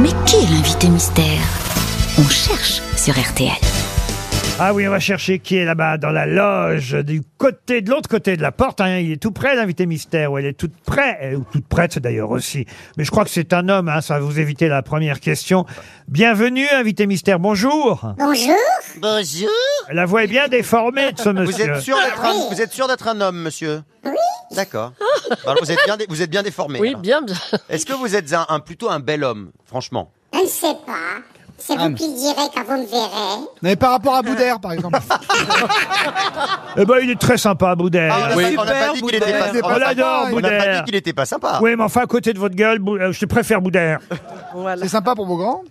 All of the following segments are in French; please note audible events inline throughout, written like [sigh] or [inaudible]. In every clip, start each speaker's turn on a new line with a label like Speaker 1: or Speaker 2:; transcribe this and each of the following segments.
Speaker 1: Mais qui est l'invité mystère On cherche sur RTL.
Speaker 2: Ah oui, on va chercher qui est là-bas dans la loge du côté de l'autre côté de la porte. hein. Il est tout près, l'invité mystère, ou elle est toute près, euh, ou toute prête d'ailleurs aussi. Mais je crois que c'est un homme. hein, ça va vous éviter la première question. Bienvenue, invité mystère. Bonjour.
Speaker 3: Bonjour
Speaker 4: Bonjour
Speaker 2: La voix est bien déformée de ce
Speaker 5: Vous
Speaker 2: monsieur.
Speaker 5: êtes sûr d'être un, vous êtes sûr d'être un homme, monsieur Oui. D'accord. Alors, vous êtes bien, dé- vous êtes bien déformé.
Speaker 4: Oui,
Speaker 5: alors.
Speaker 4: bien, bien.
Speaker 5: Est-ce que vous êtes un, un- plutôt un bel homme, franchement
Speaker 3: Je ne sais pas. C'est vous qui le direz quand vous me verrez.
Speaker 6: Mais par rapport à Boudère, par
Speaker 2: [laughs]
Speaker 6: exemple.
Speaker 2: Eh ben, il est très sympa, Boudère.
Speaker 5: Ah, on a-
Speaker 6: Oui.
Speaker 5: on a pas dit qu'il était
Speaker 6: Boudère.
Speaker 5: pas-
Speaker 6: Il est
Speaker 5: on a
Speaker 2: pas
Speaker 5: pas-
Speaker 2: l'adore,
Speaker 5: On n'a pas
Speaker 2: Boudère.
Speaker 5: dit qu'il était pas sympa.
Speaker 2: Oui, mais enfin, à côté de votre gueule, Bou- euh, je te préfère Boudère.
Speaker 4: Voilà.
Speaker 6: C'est sympa pour Beaugrand.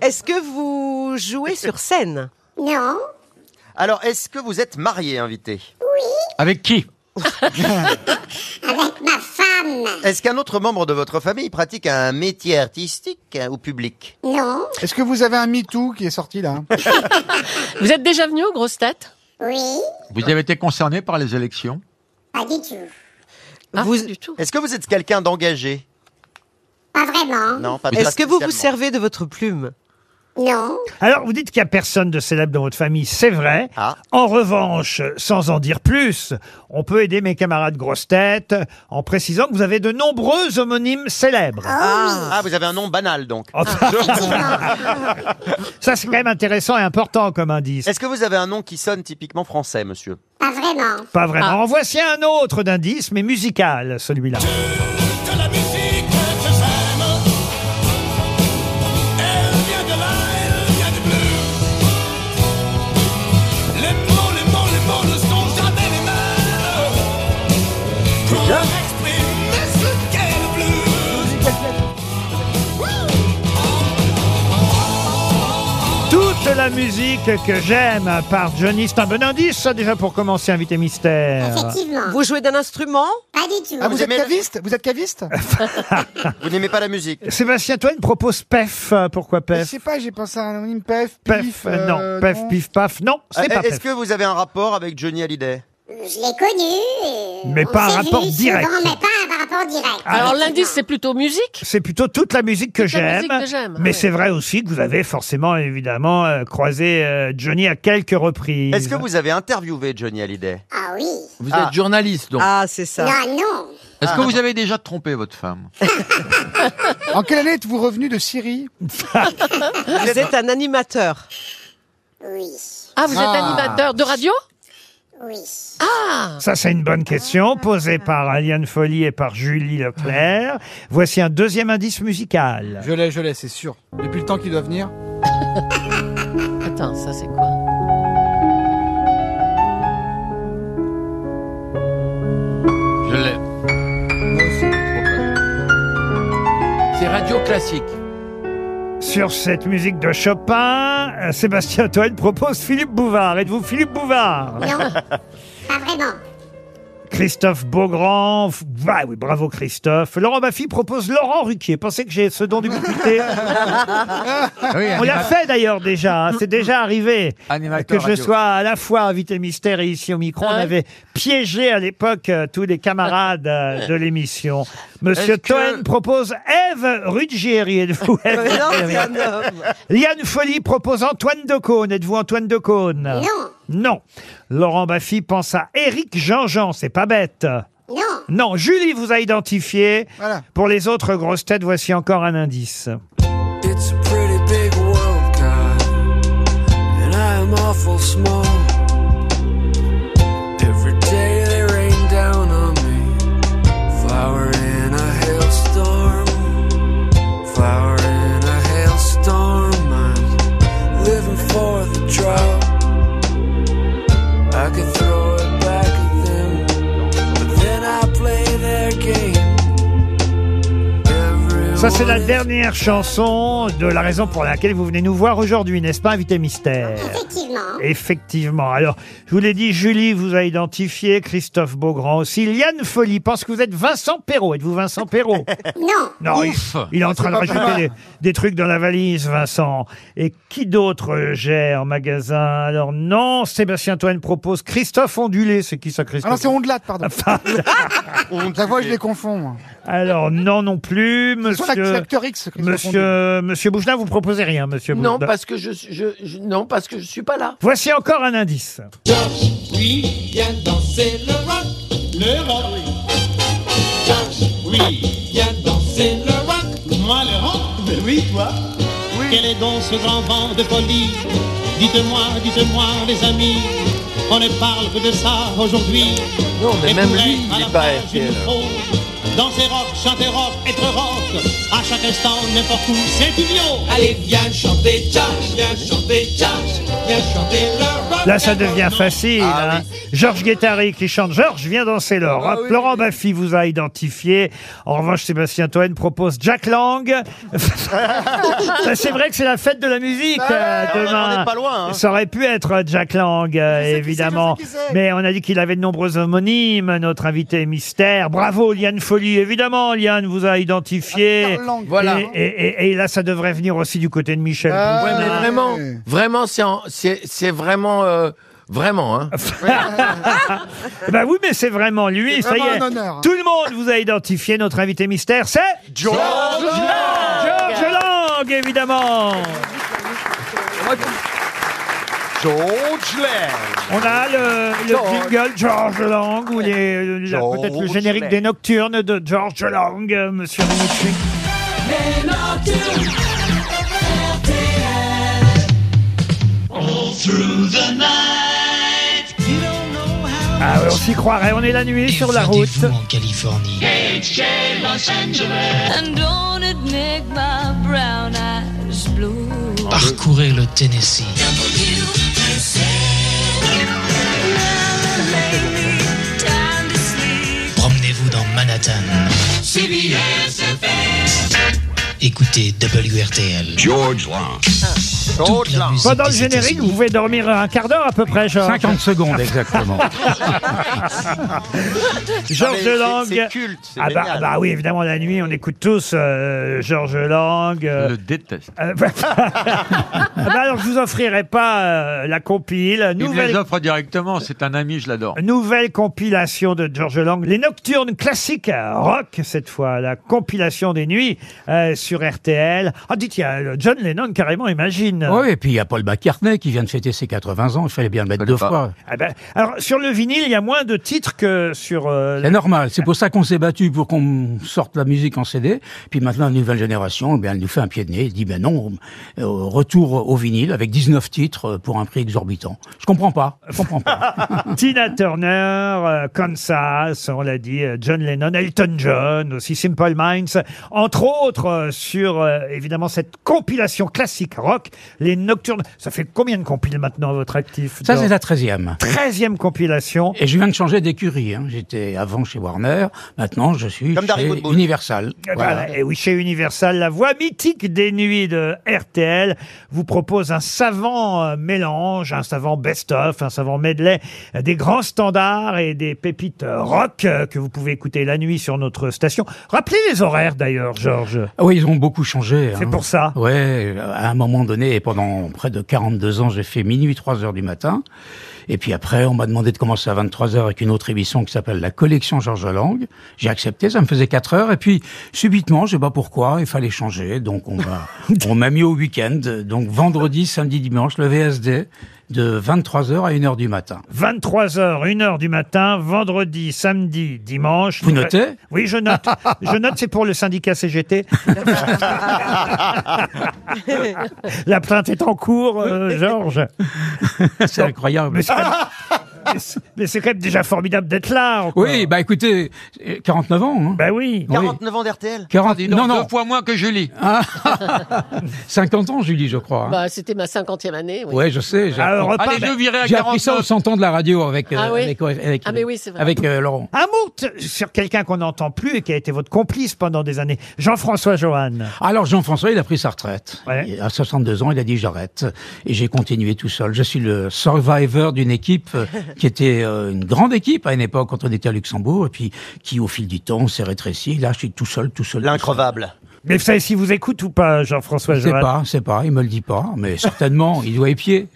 Speaker 4: Est-ce que vous jouez sur scène
Speaker 3: Non
Speaker 5: Alors, est-ce que vous êtes marié, invité
Speaker 7: Avec qui
Speaker 3: Avec ma femme
Speaker 5: Est-ce qu'un autre membre de votre famille pratique un métier artistique euh, ou public
Speaker 3: Non
Speaker 6: Est-ce que vous avez un MeToo qui est sorti là
Speaker 4: Vous êtes déjà venu aux grosses têtes
Speaker 3: Oui
Speaker 7: Vous avez été concerné par les élections
Speaker 3: Pas du tout.
Speaker 4: Vous... Ah, du tout.
Speaker 5: Est-ce que vous êtes quelqu'un d'engagé
Speaker 3: Pas vraiment
Speaker 5: Non, pas
Speaker 8: Est-ce que vous vous
Speaker 5: spécialement.
Speaker 8: servez de votre plume
Speaker 3: Non
Speaker 2: Alors, vous dites qu'il n'y a personne de célèbre dans votre famille, c'est vrai.
Speaker 5: Ah.
Speaker 2: En revanche, sans en dire plus, on peut aider mes camarades grosses têtes en précisant que vous avez de nombreux homonymes célèbres.
Speaker 5: Ah, vous avez un nom banal donc.
Speaker 2: Enfin, ça, c'est quand même intéressant et important comme indice.
Speaker 5: Est-ce que vous avez un nom qui sonne typiquement français, monsieur
Speaker 3: Pas vraiment
Speaker 2: Pas vraiment.
Speaker 5: Ah.
Speaker 2: En voici un autre d'indice, mais musical, celui-là.
Speaker 9: de la musique que j'aime. Elle vient de là, elle vient du bleu. Les mots, les mots, les mots ne sont jamais les mêmes. Pour exprimer ce qu'est le blues.
Speaker 2: Toute la musique que j'aime par Johnny, c'est un bon indice, ça, déjà pour commencer, invité mystère.
Speaker 3: Effectivement
Speaker 8: Vous jouez d'un instrument
Speaker 3: Pas du tout
Speaker 6: Ah, vous,
Speaker 5: vous
Speaker 6: êtes
Speaker 5: aimez-
Speaker 6: caviste Vous êtes caviste
Speaker 2: Euh,
Speaker 5: Vous n'aimez pas la musique
Speaker 2: Sébastien Toine propose PEF. Euh, Pourquoi
Speaker 6: Je
Speaker 2: PEF
Speaker 6: sais pas, j'ai pensé à un anonyme PEF,
Speaker 2: PEF,
Speaker 6: PIF.
Speaker 2: euh, non.
Speaker 6: euh,
Speaker 2: PEF, pif, paf. Non, c'est
Speaker 5: Ah,
Speaker 2: pas PEF.
Speaker 5: Est-ce que vous avez un rapport avec Johnny Hallyday
Speaker 3: Je l'ai connu et
Speaker 2: Mais
Speaker 3: on
Speaker 2: pas un
Speaker 3: s'est vu
Speaker 2: rapport direct.
Speaker 3: souvent, mais pas un rapport direct. Ah,
Speaker 4: Alors l'indice,
Speaker 3: l'indice
Speaker 4: c'est plutôt musique
Speaker 2: C'est plutôt toute la musique que
Speaker 4: Toute la
Speaker 2: j'aime.
Speaker 4: musique que j'aime,
Speaker 2: Mais
Speaker 4: ouais.
Speaker 2: c'est vrai aussi que vous avez forcément, évidemment, euh, croisé euh, Johnny à quelques reprises.
Speaker 5: Est-ce que vous avez interviewé Johnny Hallyday
Speaker 3: Ah oui
Speaker 7: Vous
Speaker 5: Ah.
Speaker 7: êtes journaliste, donc.
Speaker 8: Ah, c'est ça.
Speaker 3: Non, non
Speaker 7: Est-ce que vous avez déjà trompé votre femme
Speaker 6: En quelle année êtes-vous revenu de Syrie
Speaker 8: Vous êtes un
Speaker 4: [laughs]
Speaker 8: animateur.
Speaker 3: Oui,
Speaker 4: Ah, vous êtes
Speaker 6: Ah.
Speaker 4: animateur de radio
Speaker 3: oui.
Speaker 2: Ça, c'est une bonne
Speaker 4: Ah,
Speaker 2: question posée par Aliane Folly et par Julie Leclerc. Voici un deuxième indice musical.
Speaker 6: Je l'ai, je l'ai, c'est sûr. Depuis le temps qu'il doit venir.
Speaker 4: Attends, ça c'est quoi
Speaker 7: Je l'ai. C'est radio classique.
Speaker 2: Sur cette musique de Chopin, euh, Sébastien Toen propose Philippe Bouvard. Êtes-vous Philippe Bouvard
Speaker 3: Non Pas vraiment
Speaker 2: Christophe Beaugrand. f- Bah oui, bravo Christophe. Laurent Baffy propose Laurent Ruquier. Pensez que j'ai ce don d'ubiquité.
Speaker 7: Ah
Speaker 2: On l'a fait d'ailleurs déjà. hein. C'est déjà arrivé
Speaker 7: Animateur
Speaker 2: que je
Speaker 7: radio.
Speaker 2: sois à la fois invité mystère et ici au micro. On
Speaker 4: Ouais.
Speaker 2: avait piégé à l'époque euh, tous les camarades euh, de l'émission. Monsieur
Speaker 5: Est-ce que-
Speaker 2: Toen propose Eve Ruggieri. Êtes-vous Ève
Speaker 8: Mais non, c'est
Speaker 2: Ruggieri
Speaker 8: un homme.
Speaker 2: Liane Folly propose Antoine Decaune. Êtes-vous Antoine Decaune
Speaker 3: Non
Speaker 2: Non. Laurent Baffy pense à Éric Jean-Jean. C'est pas bête.
Speaker 3: Non
Speaker 2: Non, Julie vous a identifié.
Speaker 6: Voilà.
Speaker 2: Pour les autres grosses têtes, voici encore un indice.
Speaker 9: It's a pretty big world, God, and I am awful small. Every day they rain down on me, flower in a hailstorm, flower in a hailstorm. I'm living for the drought. I could throw it back at them, but then I play their game.
Speaker 2: Ça, c'est la
Speaker 9: Everyone is
Speaker 2: dernière chanson de la raison pour laquelle vous venez nous voir aujourd'hui, n'est-ce pas, invité mystère
Speaker 3: Effectivement
Speaker 2: Effectivement. Alors, je vous l'ai dit, Julie vous a identifié, Christophe Beaugrand aussi. Liane Folly pense que vous êtes Vincent Perrault. Êtes-vous Vincent Perrault
Speaker 3: Non
Speaker 2: Non, il-
Speaker 7: Ouf
Speaker 2: Il est en train de rajouter des, des trucs dans la valise, Vincent. Et qui d'autre euh, j'ai en magasin Alors non, Sébastien Toine propose Christophe Ondulé. C'est qui ça,
Speaker 6: Ah non, [laughs]
Speaker 2: Christophe
Speaker 6: c'est Ondelade, pardon. Chaque fois, je les confonds. moi.
Speaker 2: Alors, non, non plus.
Speaker 6: soit l'act-
Speaker 2: Monsieur,
Speaker 6: l'acteur X, Christophe
Speaker 2: monsieur, monsieur Bougelin, vous proposez rien, monsieur
Speaker 10: Non,
Speaker 2: Bougelin.
Speaker 10: parce que je, je, je- non, parce que je suis pas là.
Speaker 2: Voici encore un indice.
Speaker 9: Oui, viens danser le rock, le rock. George, oui, viens danser le rock. Moi le rock Ben oui, toi. Quel est donc ce grand vent de folie Dites-moi, dites-moi les amis, on ne parle que de ça aujourd'hui.
Speaker 10: Non, mais
Speaker 9: Les
Speaker 10: même
Speaker 9: poulets
Speaker 10: lui,
Speaker 9: à
Speaker 10: il
Speaker 9: la
Speaker 10: est pas
Speaker 9: plage, il
Speaker 10: RTL.
Speaker 9: nous faut. Danser rock, chanter rock, être rock, à chaque instant, n'importe où, c'est idiot. Allez, viens chanter George, viens chanter George, viens chanter le rock.
Speaker 2: Là, ça devient facile.
Speaker 5: Ah
Speaker 2: hein. Georges Guettari qui chante Georges vient danser l'or. hein. Laurent Baffy vous a identifié. En revanche, Sébastien Toen propose Jack Lang.
Speaker 5: [laughs]
Speaker 2: Ben, c'est vrai que c'est la fête de la musique euh,
Speaker 5: Bah on en est
Speaker 2: demain.
Speaker 5: pas loin, hein.
Speaker 2: Ça aurait pu être Jack Lang, euh, évidemment. Mais on a dit qu'il avait de nombreux homonymes, notre invité mystère. Bravo, Liane Folly. Évidemment, Liane vous a
Speaker 5: Ah,
Speaker 2: identifié.
Speaker 6: Jack Lang.
Speaker 7: Voilà.
Speaker 2: Et, et- et- et là, ça devrait venir aussi du côté de Michel.
Speaker 6: Ah.
Speaker 7: Ouais, mais
Speaker 6: Ah.
Speaker 7: vraiment,
Speaker 6: Ouais.
Speaker 7: vraiment, c'est en- c'est c'est vraiment, euh, vraiment, hein.
Speaker 2: Ben oui, mais c'est vraiment lui, ça y
Speaker 6: vraiment
Speaker 2: est.
Speaker 6: un honneur.
Speaker 2: Tout le monde vous a identifié. Notre invité mystère, c'est
Speaker 5: George
Speaker 2: Georges Lang, évidemment.
Speaker 5: George Lang.
Speaker 2: On a le, le
Speaker 5: George.
Speaker 2: jingle George Lang ou les- le- la-
Speaker 5: George
Speaker 2: peut-être le générique
Speaker 5: Lang.
Speaker 2: des Nocturnes de George Lang, euh, Monsieur Minucci. Ah ouais, on s'y croirait. On est la nuit sur la route.
Speaker 9: en Californie. Parcourez le Tennessee. Promenez-vous dans Manhattan. Écoutez WRTL.
Speaker 11: George Long.
Speaker 5: George Lang.
Speaker 2: Pendant le générique, vous pouvez dormir un quart d'heure à peu près, Georges.
Speaker 11: 50 secondes
Speaker 2: [laughs]
Speaker 11: exactement.
Speaker 5: Ah, mais
Speaker 2: Georges
Speaker 5: c'est-
Speaker 2: Lang.
Speaker 5: C'est culte, c'est
Speaker 2: Ah bah,
Speaker 5: génial.
Speaker 2: ah bah oui, évidemment, la nuit, on écoute tous euh, Georges Lang. euh,
Speaker 7: le déteste.
Speaker 2: euh, [laughs] ah bah alors, je vous offrirai pas euh, la
Speaker 7: Il
Speaker 2: compile.
Speaker 7: me les
Speaker 2: Nouvelle,
Speaker 7: offre directement. C'est un ami, je l'adore.
Speaker 2: nouvelle compilation de Georges Lang. Les Nocturnes classiques euh, rock, cette fois. La compilation des nuits euh, sur RTL. Ah, dites, il y a euh, John Lennon, carrément, imagine.
Speaker 11: oui, et puis il y a Paul McCartney qui vient de fêter ses 80 ans. Il fallait bien le mettre
Speaker 7: Fallait
Speaker 11: deux
Speaker 7: pas.
Speaker 11: fois.
Speaker 2: Ah bah, alors, sur le vinyle, il y a moins de titres que sur... euh,
Speaker 11: C'est normal. C'est pour ça qu'on s'est battu pour qu'on sorte la musique en CD. Puis maintenant, la nouvelle génération, eh bien, elle nous fait un pied de nez. Elle dit, ben non, euh, retour au vinyle avec 19 titres euh, pour un prix exorbitant. Je comprends pas. Je
Speaker 2: [laughs]
Speaker 11: comprends pas.
Speaker 2: Tina Turner, euh, Kansas, on l'a dit, euh, John Lennon, Elton John, aussi Simple Minds, entre autres euh, sur euh, évidemment cette compilation classique rock, les Nocturnes. Ça fait combien de compiles maintenant à votre actif
Speaker 11: Ça,
Speaker 2: Dor-
Speaker 11: c'est la 13e.
Speaker 2: 13e compilation.
Speaker 11: Et je viens de changer d'écurie. hein. J'étais avant chez Warner. Maintenant, je suis
Speaker 5: Comme Darry
Speaker 11: chez
Speaker 5: Woodbull.
Speaker 11: Universal.
Speaker 2: Eh ben,
Speaker 11: Voilà.
Speaker 2: Et oui, chez Universal, la voix mythique des nuits de RTL vous propose un savant euh, mélange, un savant best-of, un savant medley euh, des grands standards et des pépites euh, rock euh, que vous pouvez écouter la nuit sur notre station. Rappelez les horaires d'ailleurs, Georges.
Speaker 11: Ah Oui, ils ont beaucoup changé.
Speaker 2: C'est
Speaker 11: hein.
Speaker 2: pour ça.
Speaker 11: Ouais, à un moment donné, et pendant près de 42 ans, j'ai fait minuit 3 heures du matin. Et puis après, on m'a demandé de commencer à 23 heures avec une autre émission qui s'appelle La Collection Georges Lang. J'ai accepté, ça me faisait 4 heures. Et puis, subitement, je sais pas pourquoi, il fallait changer. Donc, on [laughs] m'a, on m'a mis au week-end. Donc, vendredi, samedi, dimanche, le VSD de 23 heures à 1 heure du matin.
Speaker 2: 23h, 1h du matin, vendredi, samedi, dimanche.
Speaker 11: Vous notez
Speaker 2: Oui, je note. Je note, c'est pour le syndicat CGT. La plainte est en cours, euh, Georges.
Speaker 11: C'est incroyable.
Speaker 2: Mais c'est quand même- mais c'est- mais c'est quand même déjà formidable d'être là. encore.
Speaker 11: Oui, bah, écoutez, euh, 49 ans, hein.
Speaker 2: Bah oui.
Speaker 11: Oui.
Speaker 5: 49 ans d'RTL.
Speaker 11: 40,
Speaker 7: Dis donc,
Speaker 11: non, non,
Speaker 7: deux fois moins que
Speaker 11: [laughs]
Speaker 7: Julie.
Speaker 11: 50 ans, Julie, je crois. hein.
Speaker 4: Bah, c'était ma cinquantième année. Oui.
Speaker 11: Ouais, je sais. j'ai-
Speaker 2: À Europe
Speaker 7: Allez,
Speaker 2: un,
Speaker 7: je virer à
Speaker 11: J'ai appris ça aux
Speaker 7: 49.
Speaker 11: 100 ans de la radio avec, euh,
Speaker 4: Ah oui.
Speaker 11: avec, avec-
Speaker 4: Ah mais oui, c'est vrai.
Speaker 11: avec, euh, Laurent.
Speaker 2: un mot t- sur quelqu'un qu'on n'entend plus et qui a été votre complice pendant des années. Jean-François Johan.
Speaker 11: Alors Jean-François, il a pris sa retraite.
Speaker 2: Ouais.
Speaker 11: Et À 62 ans, il a dit j'arrête. Et j'ai continué tout seul. Je suis le survivor d'une équipe euh, qui était euh, une grande équipe à une époque quand on était à Luxembourg et puis qui, au fil du temps, s'est rétrécie. Là, je suis tout seul, tout seul. tout seul.
Speaker 5: L'increvable.
Speaker 2: Mais vous savez si vous écoute ou pas, Jean-François
Speaker 11: Je sais
Speaker 2: Joanne
Speaker 11: pas, je sais pas, il me le dit pas, mais certainement, il doit épier.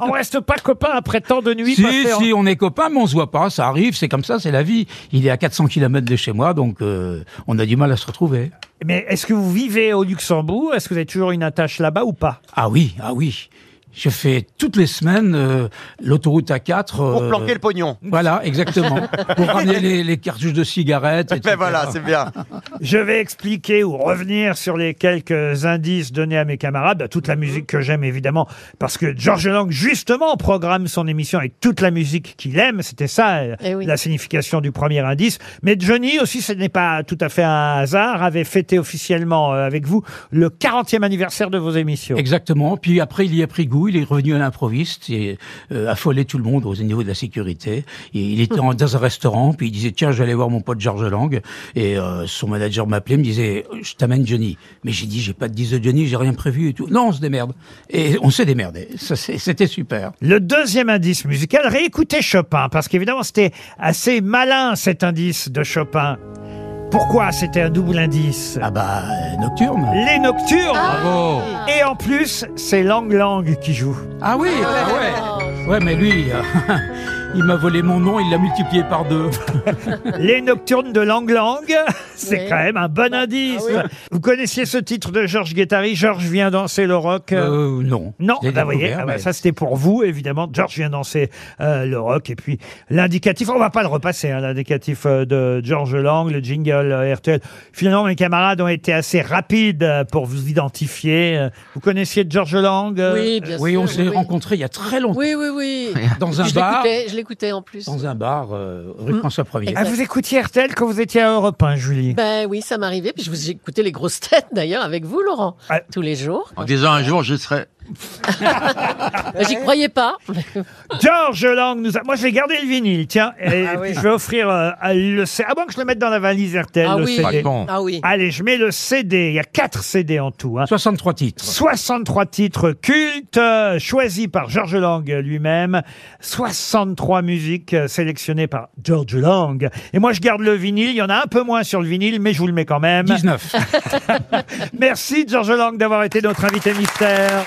Speaker 2: On reste pas copains après tant de nuits
Speaker 11: si,
Speaker 2: passées en-
Speaker 11: si, on est copains, mais on se voit pas, ça arrive, c'est comme ça, c'est la vie. Il est à 400 km de chez moi, donc euh, on a du mal à se retrouver.
Speaker 2: Mais est-ce que vous vivez au Luxembourg Est-ce que vous avez toujours une attache là-bas ou pas
Speaker 11: Ah oui, ah oui. Je fais toutes les semaines euh, l'autoroute A4.
Speaker 5: Pour
Speaker 11: euh,
Speaker 5: planquer le pognon.
Speaker 11: Voilà, exactement.
Speaker 5: [laughs]
Speaker 11: Pour ramener les, les cartouches de cigarettes. etc.
Speaker 5: Mais Ben voilà, c'est bien.
Speaker 2: Je vais expliquer ou revenir sur les quelques indices donnés à mes camarades, Bah, toute la musique que j'aime évidemment, parce que Georges Lang justement programme son émission avec toute la musique qu'il aime, c'était ça euh,
Speaker 4: Eh oui.
Speaker 2: la signification du premier indice. Mais Johnny aussi, ce n'est pas tout à fait un hasard, avait fêté officiellement euh, avec vous le 40e anniversaire de vos émissions.
Speaker 11: Exactement. Puis après, il y a pris goût. Il est revenu à l'improviste et euh, affolé tout le monde au niveau de la sécurité. Et il était en- dans un restaurant, puis il disait tiens, je vais aller voir mon pote Georges Lang. Et euh, son manager m'appelait, me disait je t'amène Johnny. Mais j'ai dit j'ai pas de 10 de Johnny, j'ai rien prévu et tout. Non, on se démerde. Et on s'est démerdé. Ça, c'est- C'était super.
Speaker 2: Le deuxième indice musical, réécoutez Chopin, parce qu'évidemment c'était assez malin cet indice de Chopin. Pourquoi c'était un double indice
Speaker 11: Ah bah nocturne.
Speaker 2: Les Nocturnes
Speaker 11: Bravo.
Speaker 2: Et en plus, c'est Lang Lang qui joue.
Speaker 11: Ah oui, ah ouais. Ouais, mais lui, euh, [laughs] il m'a volé mon nom, il l'a multiplié par deux.
Speaker 2: Les Nocturnes de Lang Lang, [laughs] c'est
Speaker 4: Oui.
Speaker 2: quand même un bon indice. Vous connaissiez ce titre de Georges Guettari, Georges vient danser le rock
Speaker 11: Euh, non.
Speaker 2: Non,
Speaker 11: Je l'ai
Speaker 2: bah, vous voyez,
Speaker 11: découvert,
Speaker 2: ah bah,
Speaker 11: mais-
Speaker 2: ça c'était pour vous, évidemment. Georges vient danser euh, le rock. Et puis l'indicatif, on va pas le repasser, hein, l'indicatif euh, de Georges Lang, le jingle euh, RTL. Finalement, mes camarades ont été assez rapides euh, pour vous identifier. Euh, Vous connaissiez Georges Lang euh,
Speaker 4: Oui, bien
Speaker 11: oui,
Speaker 4: sûr.
Speaker 11: on s'est rencontrés il y a très longtemps.
Speaker 4: Oui, oui, oui.
Speaker 11: Dans un
Speaker 4: je
Speaker 11: bar.
Speaker 4: l'écoutais, je l'écoutais en plus.
Speaker 11: Dans un bar, euh, rue François 1er.
Speaker 2: Ah, vous écoutiez RTL quand vous étiez à Europe 1, Julie
Speaker 4: Ben oui, ça m'arrivait. Puis je vous écoutais les grosses têtes d'ailleurs avec vous, Laurent,
Speaker 2: Ah.
Speaker 4: tous les jours.
Speaker 7: En disant un jour, je serai.
Speaker 4: Ben, J'y croyais pas. Bah.
Speaker 2: George Lang nous a... Moi, je vais garder le vinyle, tiens. Et
Speaker 4: Ah
Speaker 2: puis, je vais offrir euh, à le CD. Avant que je le mette dans la valise RTL,
Speaker 4: Ah
Speaker 2: le
Speaker 4: oui.
Speaker 2: CD.
Speaker 7: Bon.
Speaker 4: Ah oui.
Speaker 2: Allez, je mets le CD. Il y a 4 CD en tout. Hein.
Speaker 11: 63 titres.
Speaker 2: 63 titres cultes euh, choisis par George Lang lui-même. 63 musiques euh, sélectionnées par George Lang. Et moi, je garde le vinyle. Il y en a un peu moins sur le vinyle, mais je vous le mets quand même.
Speaker 11: 19.
Speaker 2: Merci, George Lang, d'avoir été notre invité mystère.